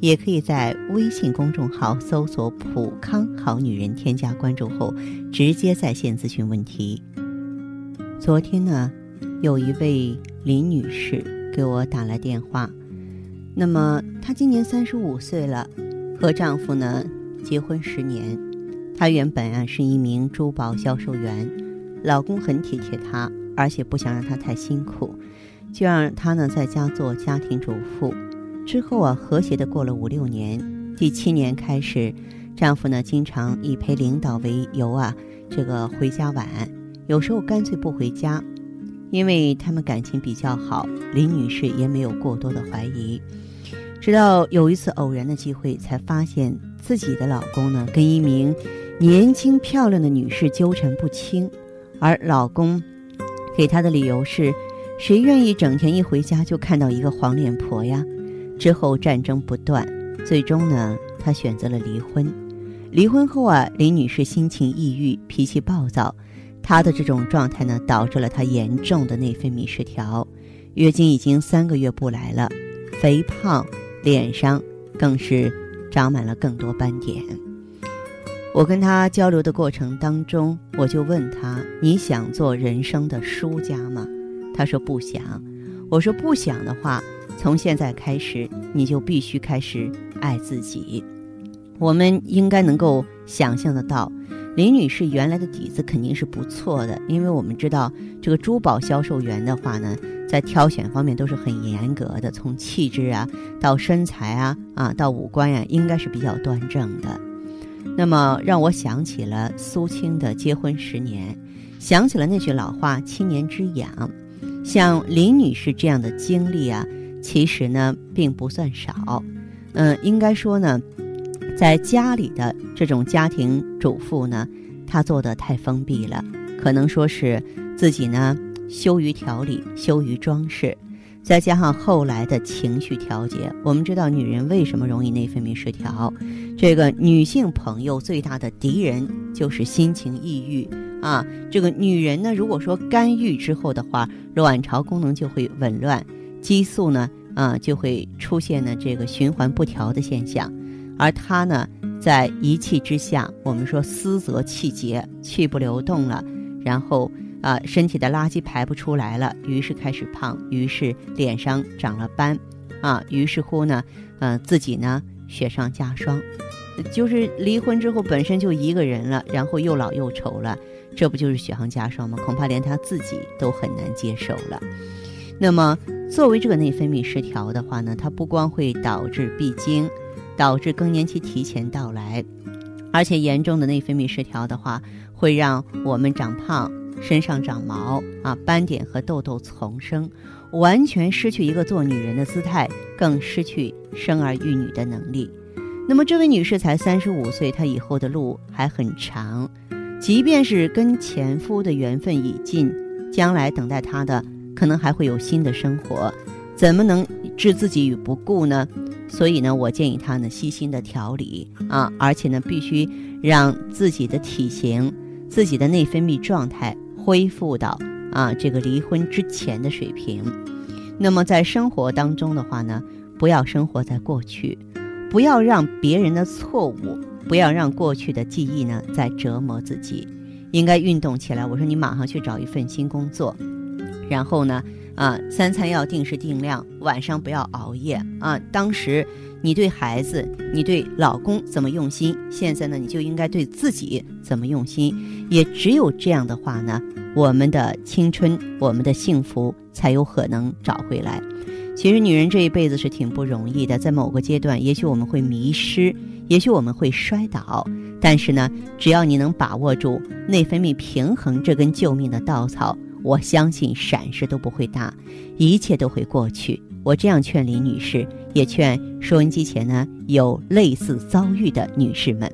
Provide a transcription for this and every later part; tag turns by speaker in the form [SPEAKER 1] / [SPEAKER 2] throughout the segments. [SPEAKER 1] 也可以在微信公众号搜索“普康好女人”，添加关注后直接在线咨询问题。昨天呢，有一位林女士给我打来电话，那么她今年三十五岁了，和丈夫呢。结婚十年，她原本啊是一名珠宝销售员，老公很体贴她，而且不想让她太辛苦，就让她呢在家做家庭主妇。之后啊，和谐的过了五六年，第七年开始，丈夫呢经常以陪领导为由啊，这个回家晚，有时候干脆不回家。因为他们感情比较好，林女士也没有过多的怀疑。直到有一次偶然的机会，才发现自己的老公呢跟一名年轻漂亮的女士纠缠不清，而老公给她的理由是：谁愿意整天一回家就看到一个黄脸婆呀？之后战争不断，最终呢，她选择了离婚。离婚后啊，林女士心情抑郁，脾气暴躁，她的这种状态呢，导致了她严重的内分泌失调，月经已经三个月不来了，肥胖。脸上更是长满了更多斑点。我跟他交流的过程当中，我就问他：“你想做人生的输家吗？”他说不想。我说不想的话，从现在开始你就必须开始爱自己。我们应该能够想象得到，林女士原来的底子肯定是不错的，因为我们知道这个珠宝销售员的话呢。在挑选方面都是很严格的，从气质啊到身材啊啊到五官呀、啊，应该是比较端正的。那么让我想起了苏青的《结婚十年》，想起了那句老话“七年之痒”。像林女士这样的经历啊，其实呢并不算少。嗯、呃，应该说呢，在家里的这种家庭主妇呢，她做的太封闭了，可能说是自己呢。羞于调理，羞于装饰，再加上后来的情绪调节，我们知道女人为什么容易内分泌失调。这个女性朋友最大的敌人就是心情抑郁啊。这个女人呢，如果说干预之后的话，卵巢功能就会紊乱，激素呢啊就会出现呢这个循环不调的现象，而她呢在一气之下，我们说思则气结，气不流动了，然后。啊，身体的垃圾排不出来了，于是开始胖，于是脸上长了斑，啊，于是乎呢，呃，自己呢雪上加霜，就是离婚之后本身就一个人了，然后又老又丑了，这不就是雪上加霜吗？恐怕连她自己都很难接受了。那么，作为这个内分泌失调的话呢，它不光会导致闭经，导致更年期提前到来，而且严重的内分泌失调的话，会让我们长胖。身上长毛啊，斑点和痘痘丛生，完全失去一个做女人的姿态，更失去生儿育女的能力。那么这位女士才三十五岁，她以后的路还很长。即便是跟前夫的缘分已尽，将来等待她的可能还会有新的生活，怎么能置自己于不顾呢？所以呢，我建议她呢细心的调理啊，而且呢必须让自己的体型、自己的内分泌状态。恢复到啊这个离婚之前的水平，那么在生活当中的话呢，不要生活在过去，不要让别人的错误，不要让过去的记忆呢在折磨自己，应该运动起来。我说你马上去找一份新工作，然后呢啊三餐要定时定量，晚上不要熬夜啊。当时你对孩子、你对老公怎么用心，现在呢你就应该对自己怎么用心。也只有这样的话呢。我们的青春，我们的幸福才有可能找回来。其实，女人这一辈子是挺不容易的，在某个阶段，也许我们会迷失，也许我们会摔倒，但是呢，只要你能把握住内分泌平衡这根救命的稻草，我相信闪失都不会大，一切都会过去。我这样劝林女士，也劝收音机前呢有类似遭遇的女士们。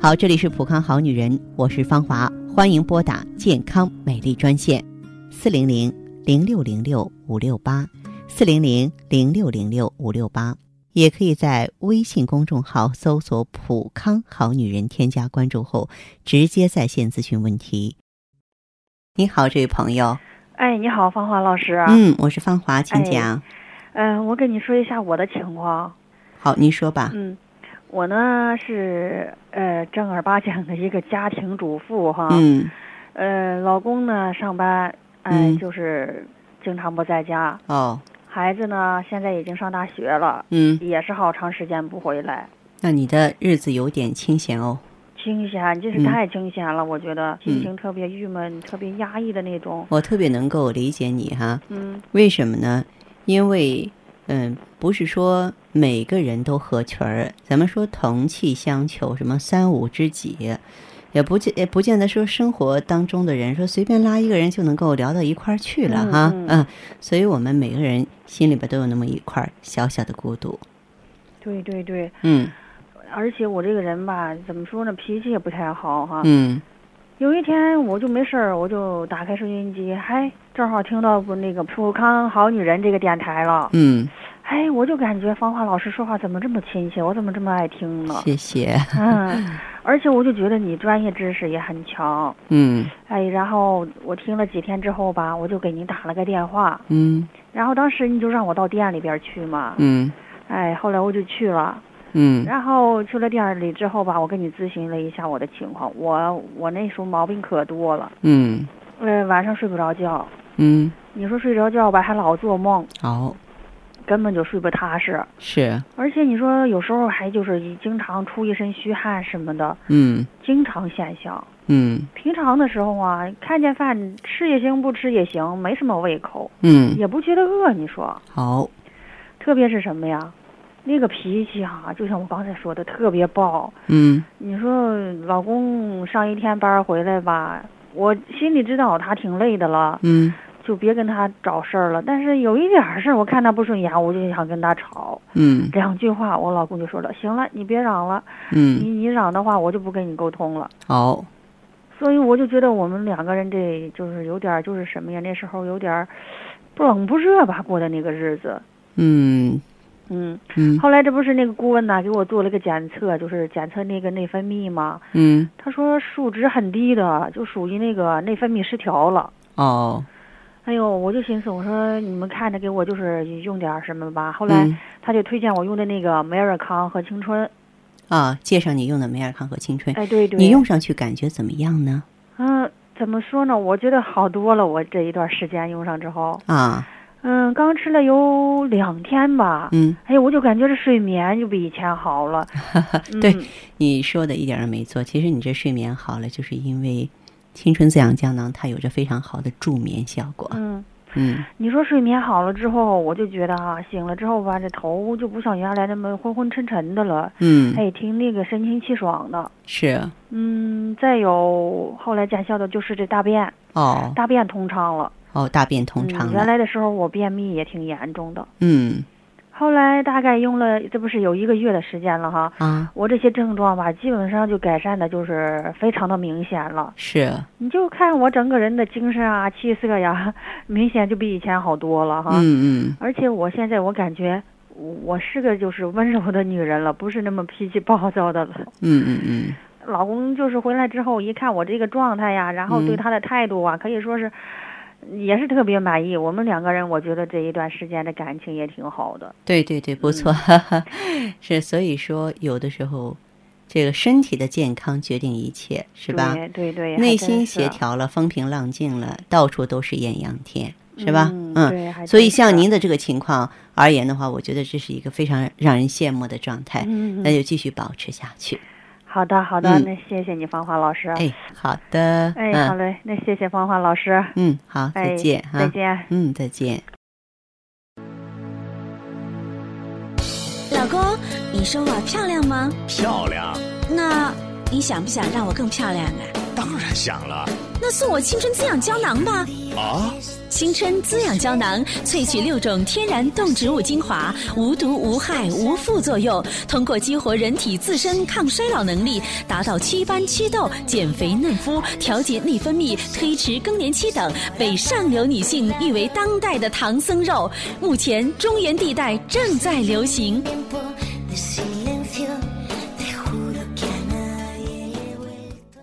[SPEAKER 1] 好，这里是普康好女人，我是芳华。欢迎拨打健康美丽专线四零零零六零六五六八四零零零六零六五六八，也可以在微信公众号搜索“普康好女人”，添加关注后直接在线咨询问题。你好，这位朋友，
[SPEAKER 2] 哎，你好，芳华老师。
[SPEAKER 1] 嗯，我是芳华，请
[SPEAKER 2] 哎
[SPEAKER 1] 讲。
[SPEAKER 2] 嗯、我跟你说一下我的情况。
[SPEAKER 1] 好，您说吧。
[SPEAKER 2] 嗯，我呢是呃正儿八经的一个家庭主妇哈。。
[SPEAKER 1] 嗯，
[SPEAKER 2] 呃，老公呢上班，哎、
[SPEAKER 1] 嗯
[SPEAKER 2] 就是经常不在家。
[SPEAKER 1] 哦，
[SPEAKER 2] 孩子呢现在已经上大学了，
[SPEAKER 1] 嗯，
[SPEAKER 2] 也是好长时间不回来。
[SPEAKER 1] 那你的日子有点清闲哦。
[SPEAKER 2] 清闲，
[SPEAKER 1] 嗯
[SPEAKER 2] 真是太清闲了，我觉得
[SPEAKER 1] 嗯哦
[SPEAKER 2] 心情特别郁闷、特别压抑的那种。
[SPEAKER 1] 我特别能够理解你哈，
[SPEAKER 2] 嗯
[SPEAKER 1] 为什么呢？因为，嗯，不是说每个人都合群儿，咱们说同气相求，什么三五知己，也不见也不见得说生活当中的人说随便拉一个人就能够聊到一块儿去了哈，
[SPEAKER 2] 嗯嗯
[SPEAKER 1] 所以我们每个人心里边都有那么一块儿小小的孤独，
[SPEAKER 2] 对对对，
[SPEAKER 1] 嗯
[SPEAKER 2] 而且我这个人吧，怎么说呢，脾气也不太好哈。
[SPEAKER 1] 嗯
[SPEAKER 2] 有一天我就没事儿，我就打开收音机，嗨，正好听到不那个《普康好女人》这个电台了，
[SPEAKER 1] 嗯，
[SPEAKER 2] 哎，我就感觉芳华老师说话怎么这么亲切，我怎么这么爱听呢？
[SPEAKER 1] 谢谢，
[SPEAKER 2] 嗯，而且我就觉得你专业知识也很强，
[SPEAKER 1] 嗯
[SPEAKER 2] 哎，然后我听了几天之后吧，我就给您打了个电话，
[SPEAKER 1] 嗯
[SPEAKER 2] 然后当时你就让我到店里边去嘛，
[SPEAKER 1] 嗯
[SPEAKER 2] 哎，后来我就去了，
[SPEAKER 1] 嗯
[SPEAKER 2] 然后去了店里之后吧，我跟你咨询了一下我的情况，我我那时候毛病可多了，
[SPEAKER 1] 嗯
[SPEAKER 2] 呃，晚上睡不着觉。
[SPEAKER 1] 嗯，
[SPEAKER 2] 你说睡着觉吧，还老做梦，
[SPEAKER 1] 好、
[SPEAKER 2] 根本就睡不踏实。
[SPEAKER 1] 是，
[SPEAKER 2] 而且你说有时候还就是经常出一身虚汗什么的，
[SPEAKER 1] 嗯
[SPEAKER 2] 经常现象。
[SPEAKER 1] 嗯
[SPEAKER 2] 平常的时候啊，看见饭吃也行，不吃也行，没什么胃口，
[SPEAKER 1] 嗯，
[SPEAKER 2] 也不觉得饿。你说，
[SPEAKER 1] 好，
[SPEAKER 2] 特别是什么呀？那个脾气哈、就像我刚才说的，特别暴。
[SPEAKER 1] 嗯
[SPEAKER 2] 你说老公上一天班回来吧，我心里知道他挺累的了，
[SPEAKER 1] 嗯
[SPEAKER 2] 就别跟他找事儿了。但是有一点儿事儿，我看他不顺眼，我就想跟他吵。
[SPEAKER 1] 嗯
[SPEAKER 2] 两句话，我老公就说了：“行了，你别嚷了，你
[SPEAKER 1] 嗯，
[SPEAKER 2] 你嚷的话，我就不跟你沟通了。
[SPEAKER 1] 好，”
[SPEAKER 2] 所以我就觉得我们两个人这就是有点儿就是什么呀？那时候有点儿不冷不热吧过的那个日子。
[SPEAKER 1] 嗯
[SPEAKER 2] 嗯，
[SPEAKER 1] 嗯
[SPEAKER 2] 后来这不是那个顾问呐、给我做了个检测，就是检测那个内分泌嘛。
[SPEAKER 1] 嗯，
[SPEAKER 2] 他说数值很低的，就属于那个内分泌失调了。
[SPEAKER 1] 哦，
[SPEAKER 2] 哎呦，我就寻思，我说你们看着给我就是用点儿什么吧。后来
[SPEAKER 1] 嗯
[SPEAKER 2] 他就推荐我用的那个美尔康和青春。
[SPEAKER 1] 啊，介绍你用的美尔康和青春，
[SPEAKER 2] 哎，对对，
[SPEAKER 1] 你用上去感觉怎么样呢？
[SPEAKER 2] 嗯，怎么说呢？我觉得好多了。我这一段时间用上之后，
[SPEAKER 1] 啊，
[SPEAKER 2] 嗯，刚吃了有两天吧。
[SPEAKER 1] 嗯，
[SPEAKER 2] 哎呀，我就感觉这睡眠就比以前好了。嗯、
[SPEAKER 1] 对你说的一点儿没错，其实你这睡眠好了，就是因为青春滋养胶囊它有着非常好的助眠效果，
[SPEAKER 2] 嗯，
[SPEAKER 1] 嗯
[SPEAKER 2] 你说睡眠好了之后，我就觉得哈、醒了之后吧，这头就不像原来那么昏昏沉沉的了。
[SPEAKER 1] 嗯，
[SPEAKER 2] 哎，挺那个神清气爽的。
[SPEAKER 1] 是，
[SPEAKER 2] 嗯，再有后来见效的就是这大便，
[SPEAKER 1] 哦
[SPEAKER 2] 大便通畅了。
[SPEAKER 1] 哦，大便通畅
[SPEAKER 2] 嗯。原
[SPEAKER 1] 了，
[SPEAKER 2] 来的时候我便秘也挺严重的。
[SPEAKER 1] 嗯
[SPEAKER 2] 后来大概用了，这不是有一个月的时间了哈。
[SPEAKER 1] 啊，
[SPEAKER 2] 我这些症状吧，基本上就改善的就是非常的明显了。
[SPEAKER 1] 是，啊
[SPEAKER 2] 你就看我整个人的精神啊、气色呀， 明显就比以前好多了哈。
[SPEAKER 1] 嗯嗯，
[SPEAKER 2] 而且我现在我感觉我我是个就是温柔的女人了，不是那么脾气暴躁的了。
[SPEAKER 1] 嗯嗯嗯，
[SPEAKER 2] 老公就是回来之后一看我这个状态呀，然
[SPEAKER 1] 嗯
[SPEAKER 2] 后对他的态度啊，可以说是也是特别满意。我们两个人，我觉得这一段时间的感情也挺好的。
[SPEAKER 1] 对对对，不错，哈哈，
[SPEAKER 2] 嗯
[SPEAKER 1] 是，所以说有的时候，这个身体的健康决定一切，是吧？
[SPEAKER 2] 对对对，还
[SPEAKER 1] 内
[SPEAKER 2] 真
[SPEAKER 1] 心
[SPEAKER 2] 是啊
[SPEAKER 1] 协调了，风平浪静了，到处都是艳阳天，是吧？
[SPEAKER 2] 嗯，
[SPEAKER 1] 嗯，
[SPEAKER 2] 对，还
[SPEAKER 1] 所以
[SPEAKER 2] 真
[SPEAKER 1] 像
[SPEAKER 2] 是啊
[SPEAKER 1] 您的这个情况而言的话，我觉得这是一个非常让人羡慕的状态，
[SPEAKER 2] 嗯嗯
[SPEAKER 1] 那就继续保持下去。
[SPEAKER 2] 好的，好的，
[SPEAKER 1] 嗯
[SPEAKER 2] 那谢谢你，芳华老师。
[SPEAKER 1] 哎，好的，
[SPEAKER 2] 嗯哎好
[SPEAKER 1] 嗯
[SPEAKER 2] 嘞，那谢谢芳华老师。
[SPEAKER 1] 嗯，好，再
[SPEAKER 2] 哎，
[SPEAKER 1] 见哈，
[SPEAKER 2] 再见。
[SPEAKER 1] 嗯，再见。
[SPEAKER 3] 老公，你说我漂亮吗？
[SPEAKER 4] 漂亮，
[SPEAKER 3] 那你想不想让我更漂亮啊？
[SPEAKER 4] 当然想了。
[SPEAKER 3] 那送我青春滋养胶囊吧。
[SPEAKER 4] 啊，
[SPEAKER 3] 青春滋养胶囊萃取六种天然动植物精华，无毒无害无副作用，通过激活人体自身抗衰老能力，达到祛斑祛痘、减肥嫩肤、调节内分泌、推迟更年期等，被上流女性誉为当代的唐僧肉。目前中原地带正在流行。
[SPEAKER 5] tiempo de silencio, te juro que a nadie le he vuelto.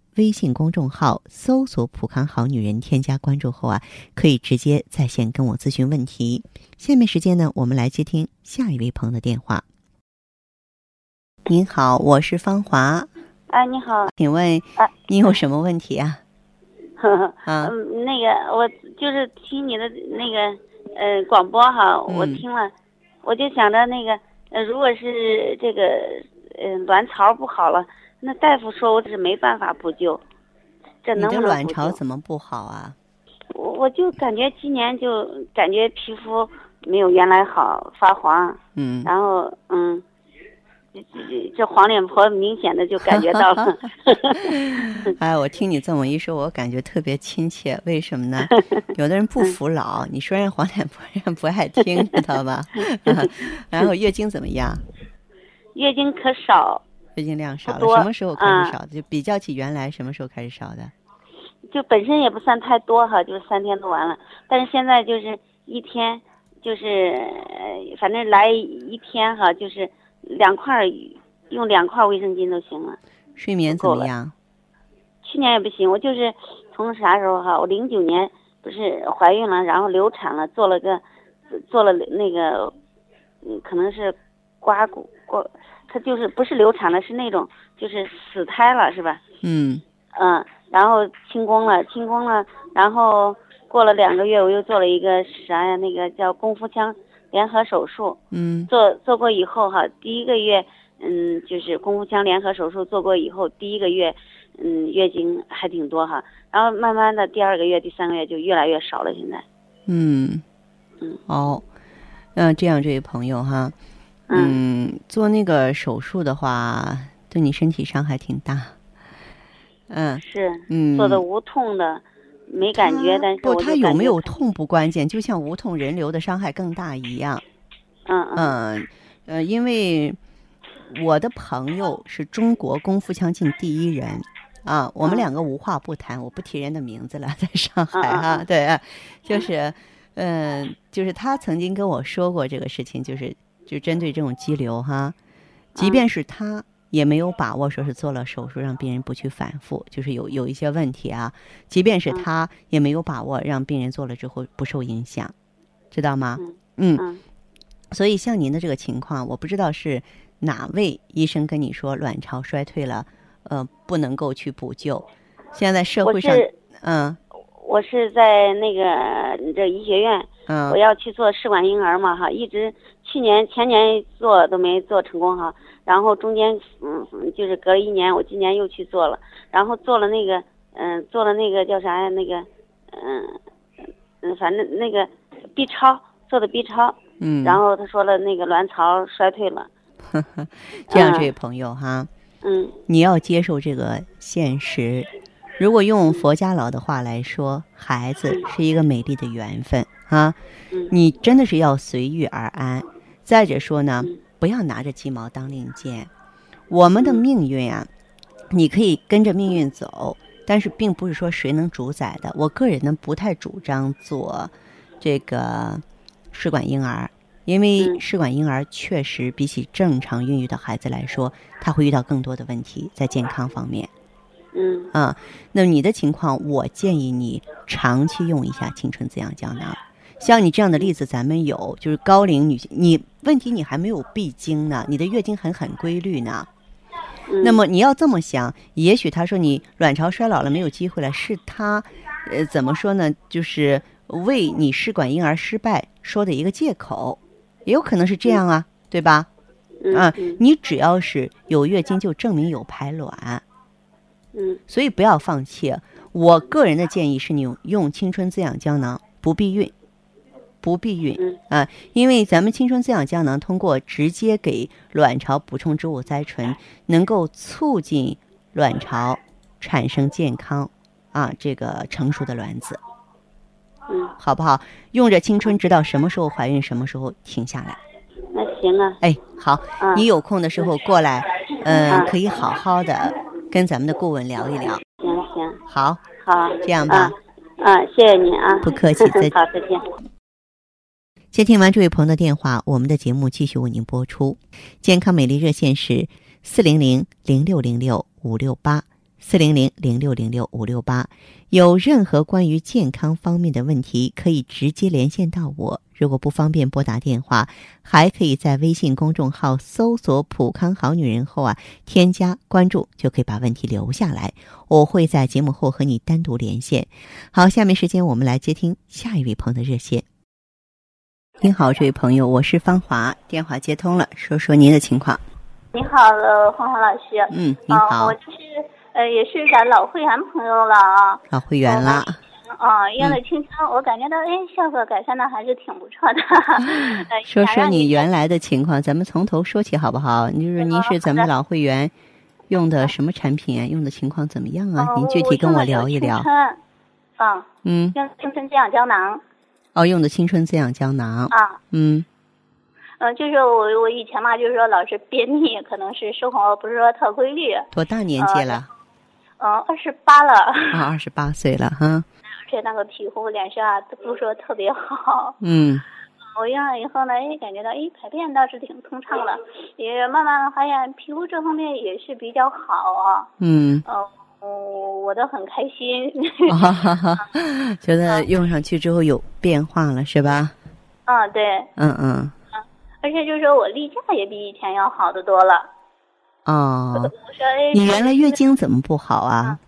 [SPEAKER 1] 微信公众号搜索“普康好女人”，添加关注后啊，可以直接在线跟我咨询问题。下面时间呢，我们来接听下一位朋友的电话。您好，我是芳华，
[SPEAKER 6] 哎，你好，
[SPEAKER 1] 请问
[SPEAKER 6] 哎
[SPEAKER 1] 您有什么问题啊？
[SPEAKER 6] 呵呵
[SPEAKER 1] 啊，
[SPEAKER 6] 嗯，那个我就是听你的那个呃广播哈，我
[SPEAKER 1] 嗯
[SPEAKER 6] 听了，我就想着那个呃，如果是这个呃卵巢不好了，那大夫说我是没办法补救，这
[SPEAKER 1] 你
[SPEAKER 6] 能
[SPEAKER 1] 的
[SPEAKER 6] 不能
[SPEAKER 1] 卵
[SPEAKER 6] 补
[SPEAKER 1] 巢
[SPEAKER 6] 救
[SPEAKER 1] 怎么不好啊？
[SPEAKER 6] 我我就感觉今年就感觉皮肤没有原来好，发黄，
[SPEAKER 1] 嗯，
[SPEAKER 6] 然后嗯。这这这黄脸婆明显的就感觉 到了，
[SPEAKER 1] 哎，我听你这么一说，我感觉特别亲切。为什么 呢？有的人不服老，你说人黄脸婆人不爱听，知道 吧？ 啊然后月经怎么样？
[SPEAKER 6] 月经可少，
[SPEAKER 1] 月经量少了，
[SPEAKER 6] 多
[SPEAKER 1] 什么时候开始
[SPEAKER 6] 啊
[SPEAKER 1] 少的？就比较起原来什么时候开始少的？
[SPEAKER 6] 就本身也不算太多哈，就是三天都完了。但是现在就是一天，就是呃反正来一天哈，就是两块儿用两块儿卫生巾都行了。
[SPEAKER 1] 睡眠怎
[SPEAKER 6] 够
[SPEAKER 1] 么
[SPEAKER 6] 了
[SPEAKER 1] 样？
[SPEAKER 6] 去年也不行，我就是从啥时候哈，我零九年不是怀孕了，然后流产了，做了个做了那个，嗯，可能是刮骨刮，它就是不是流产了，是那种就是死胎了是吧？
[SPEAKER 1] 嗯
[SPEAKER 6] 嗯，然后清宫了，清宫了，然后过了两个月，我又做了一个啥呀？那个叫宫腹腔联合手术，
[SPEAKER 1] 嗯
[SPEAKER 6] 做做过以后哈，第一个月，嗯，就是宫腹腔联合手术做过以后，第一个月，嗯，月经还挺多哈，然后慢慢的第二个月、第三个月就越来越少了，现在，
[SPEAKER 1] 嗯
[SPEAKER 6] 嗯，
[SPEAKER 1] 哦，那这样，这位朋友哈，
[SPEAKER 6] 嗯，
[SPEAKER 1] 嗯，做那个手术的话，对你身体伤害挺大。嗯
[SPEAKER 6] 是
[SPEAKER 1] 嗯，
[SPEAKER 6] 做的无痛的，没感觉，
[SPEAKER 1] 它
[SPEAKER 6] 但是
[SPEAKER 1] 啊不，
[SPEAKER 6] 我就
[SPEAKER 1] 它有
[SPEAKER 6] 感
[SPEAKER 1] 没
[SPEAKER 6] 觉
[SPEAKER 1] 有，痛不关键，就像无痛人流的伤害更大一样。
[SPEAKER 6] 嗯嗯
[SPEAKER 1] 嗯呃，因为我的朋友是中国宫腹腔镜第一人。啊，我们
[SPEAKER 6] 嗯
[SPEAKER 1] 两个无话不谈，我不提人的名字了，在上海
[SPEAKER 6] 嗯嗯
[SPEAKER 1] 啊，
[SPEAKER 6] 嗯
[SPEAKER 1] 对啊，就是，嗯、就是他曾经跟我说过这个事情，就是就针对这种肌瘤哈，即
[SPEAKER 6] 嗯
[SPEAKER 1] 便是他也没有把握说是做了手术让病人不去反复，就是有有一些问题啊，即便是
[SPEAKER 6] 嗯
[SPEAKER 1] 他也没有把握让病人做了之后不受影响，知道吗
[SPEAKER 6] 嗯？
[SPEAKER 1] 嗯，
[SPEAKER 6] 嗯，
[SPEAKER 1] 所以像您的这个情况，我不知道是哪位医生跟你说卵巢衰退了，呃，不能够去补救。现在社
[SPEAKER 6] 我
[SPEAKER 1] 会上，
[SPEAKER 6] 是
[SPEAKER 1] 嗯
[SPEAKER 6] 我是在那个这医学院。我
[SPEAKER 1] 嗯
[SPEAKER 6] 要去做试管婴儿嘛哈，一直去年前年做都没做成功哈，然后中间嗯就是隔了一年，我今年又去做了，然后做了那个嗯、做了那个叫啥呀那个嗯嗯、反正那个 B 超做的 B 超，
[SPEAKER 1] 嗯，
[SPEAKER 6] 然后他说了那个卵巢衰退了，
[SPEAKER 1] 这样，这
[SPEAKER 6] 嗯
[SPEAKER 1] 位朋友哈，
[SPEAKER 6] 嗯
[SPEAKER 1] 你要接受这个现实。如果用佛家老的话来说，孩子是一个美丽的缘分啊
[SPEAKER 6] 嗯，
[SPEAKER 1] 你真的是要随遇而安。再者说呢
[SPEAKER 6] 嗯，
[SPEAKER 1] 不要拿着鸡毛当令箭。我们的命运啊，你可以跟着命运走，但是并不是说谁能主宰的。我个人呢，不太主张做这个试管婴儿，因为
[SPEAKER 6] 嗯
[SPEAKER 1] 试管婴儿确实比起正常孕育的孩子来说，他会遇到更多的问题在健康方面。
[SPEAKER 6] 嗯
[SPEAKER 1] 啊，那你的情况，我建议你长期用一下青春滋养胶囊。像你这样的例子，咱们有，就是高龄女性，你问题你还没有闭经呢，你的月经还很规律呢。
[SPEAKER 6] 嗯，
[SPEAKER 1] 那么你要这么想，也许他说你卵巢衰老了，没有机会了，是他，呃，怎么说呢？就是为你试管婴儿失败说的一个借口，也有可能是这样啊，对吧？
[SPEAKER 7] 嗯
[SPEAKER 1] 啊
[SPEAKER 7] 嗯，
[SPEAKER 1] 你只要是有月经，就证明有排卵，
[SPEAKER 7] 嗯
[SPEAKER 1] 所以不要放弃。我个人的建议是你用用青春滋养胶囊，不避孕，不避孕
[SPEAKER 7] 嗯
[SPEAKER 1] 啊，因为咱们青春滋养胶囊通过直接给卵巢补充植物甾醇，能够促进卵巢产生健康啊这个成熟的卵子，
[SPEAKER 7] 嗯，
[SPEAKER 1] 好不好？用着青春，直到什么时候怀孕，什么时候停下来。
[SPEAKER 7] 那行啊，
[SPEAKER 1] 哎，好，
[SPEAKER 7] 啊，
[SPEAKER 1] 你有空的时候过来，嗯
[SPEAKER 7] 啊，
[SPEAKER 1] 可以好好的跟咱们的顾问聊一聊。
[SPEAKER 7] 行行
[SPEAKER 1] 好，
[SPEAKER 7] 好，
[SPEAKER 1] 这样吧
[SPEAKER 7] 啊，啊，谢谢您啊，
[SPEAKER 1] 嗯不客气 再见
[SPEAKER 7] 好，再见。
[SPEAKER 1] 接听完这位朋友的电话，我们的节目继续为您播出。健康美丽热线是四零零零六零六五六八四零零零六零六五六八。有任何关于健康方面的问题，可以直接连线到我。如果不方便拨打电话，还可以在微信公众号搜索“普康好女人”后啊，添加关注，就可以把问题留下来。我会在节目后和你单独连线。好，下面时间我们来接听下一位朋友的热线。您好，这位朋友，我是芳华，电话接通了，说说您的情况。
[SPEAKER 6] 你好，呃，黄华老师。
[SPEAKER 1] 嗯，您
[SPEAKER 6] 啊，
[SPEAKER 1] 好
[SPEAKER 6] 我，就是呃，也是咱老会员朋友了啊。
[SPEAKER 1] 老会员啦，
[SPEAKER 6] 啊，
[SPEAKER 1] 嗯
[SPEAKER 6] 用了青春，我感觉到哎，效果改善的还是挺不错的。呃
[SPEAKER 1] 嗯 说说
[SPEAKER 6] 想让哦
[SPEAKER 1] 你原来的情况，咱们从头说起好不好？你就是您是咱们老会员，用的什么产品啊？用的情况怎么样啊
[SPEAKER 6] 呃？
[SPEAKER 1] 您具体跟我聊一聊
[SPEAKER 6] 我用了有青。春啊，
[SPEAKER 1] 嗯，
[SPEAKER 6] 用青春滋养胶囊
[SPEAKER 1] 哦，用的青春滋养胶囊。
[SPEAKER 6] 啊，
[SPEAKER 1] 嗯
[SPEAKER 6] 呃，就是我我以前嘛，就是说老是便秘，可能是生活不是说特规律，
[SPEAKER 1] 多大年纪了？
[SPEAKER 6] 嗯、二十八了，
[SPEAKER 1] 啊，二十八岁了哈。
[SPEAKER 6] 而且那个皮肤脸色啊都不是说特别好，
[SPEAKER 1] 嗯
[SPEAKER 6] 我用了以后呢，哎，感觉到哎，排便倒是挺通畅的，也慢慢的发现皮肤这方面也是比较好啊。
[SPEAKER 1] 嗯，
[SPEAKER 6] 嗯、我我都很开心。
[SPEAKER 1] 哈哈哈，觉得用上去之后有变化了是吧？
[SPEAKER 6] 啊，对，
[SPEAKER 1] 嗯嗯。
[SPEAKER 6] 而且就是说我例假也比以前要好的多了。
[SPEAKER 1] 哦，
[SPEAKER 6] 我说哎，
[SPEAKER 1] 你原来月经怎么不好啊？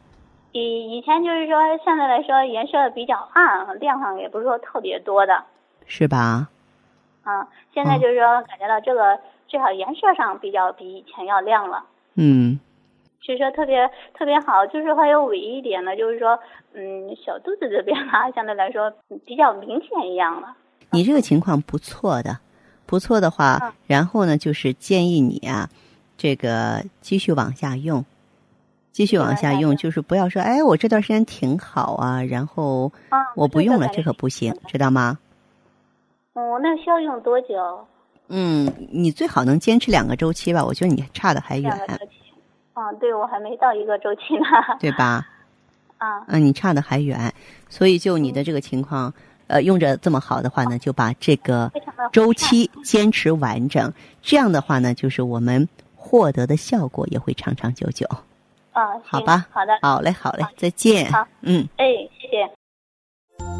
[SPEAKER 6] 以以前就是说相对来说颜色比较暗，量上也不是说特别多的。
[SPEAKER 1] 是吧？
[SPEAKER 6] 啊，现
[SPEAKER 1] 嗯
[SPEAKER 6] 在就是说感觉到这个至少颜色上比较比以前要亮了。
[SPEAKER 1] 嗯
[SPEAKER 6] 就是说特别特别好，就是还有唯一一点呢，就是说，嗯，小肚子这边吧、相对来说嗯比较明显一样了。，
[SPEAKER 1] 你这个情况不错的，不错的话
[SPEAKER 6] 嗯，
[SPEAKER 1] 然后呢，就是建议你啊，这个继续往下用，继续往
[SPEAKER 6] 往
[SPEAKER 1] 下
[SPEAKER 6] 下
[SPEAKER 1] 用，
[SPEAKER 6] 用
[SPEAKER 1] 就是不要说，哎，我这段时间挺好啊，然后
[SPEAKER 6] 啊，
[SPEAKER 1] 我不用了，
[SPEAKER 6] 感
[SPEAKER 1] 这
[SPEAKER 6] 觉
[SPEAKER 1] 可不行，知道吗？
[SPEAKER 6] 嗯，那需要用多久？
[SPEAKER 1] 嗯，你最好能坚持两个周期吧，我觉得你差的还
[SPEAKER 6] 两个
[SPEAKER 1] 远，
[SPEAKER 6] 周期？
[SPEAKER 1] 嗯
[SPEAKER 6] 啊，对，我还没到一个周期呢。
[SPEAKER 1] 对吧？
[SPEAKER 6] 啊，
[SPEAKER 1] 嗯，你差的还远，所以就你的这个情况，呃，用着这么好的话呢，就把这个
[SPEAKER 6] 非常的
[SPEAKER 1] 周期坚持完整，这样的话呢，就是我们获得的效果也会长长久久。
[SPEAKER 6] 啊，
[SPEAKER 1] 好
[SPEAKER 6] 行
[SPEAKER 1] 吧
[SPEAKER 6] 好的，
[SPEAKER 1] 好嘞，好嘞，再见
[SPEAKER 6] 好。
[SPEAKER 1] 嗯，
[SPEAKER 6] 哎，谢谢。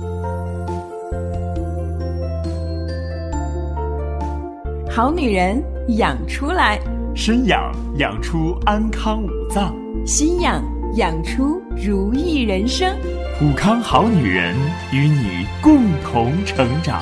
[SPEAKER 8] 好女人养出来，
[SPEAKER 9] 身养养出安康五脏，
[SPEAKER 8] 心养养出如意人生。
[SPEAKER 9] 普康好女人与你共同成长。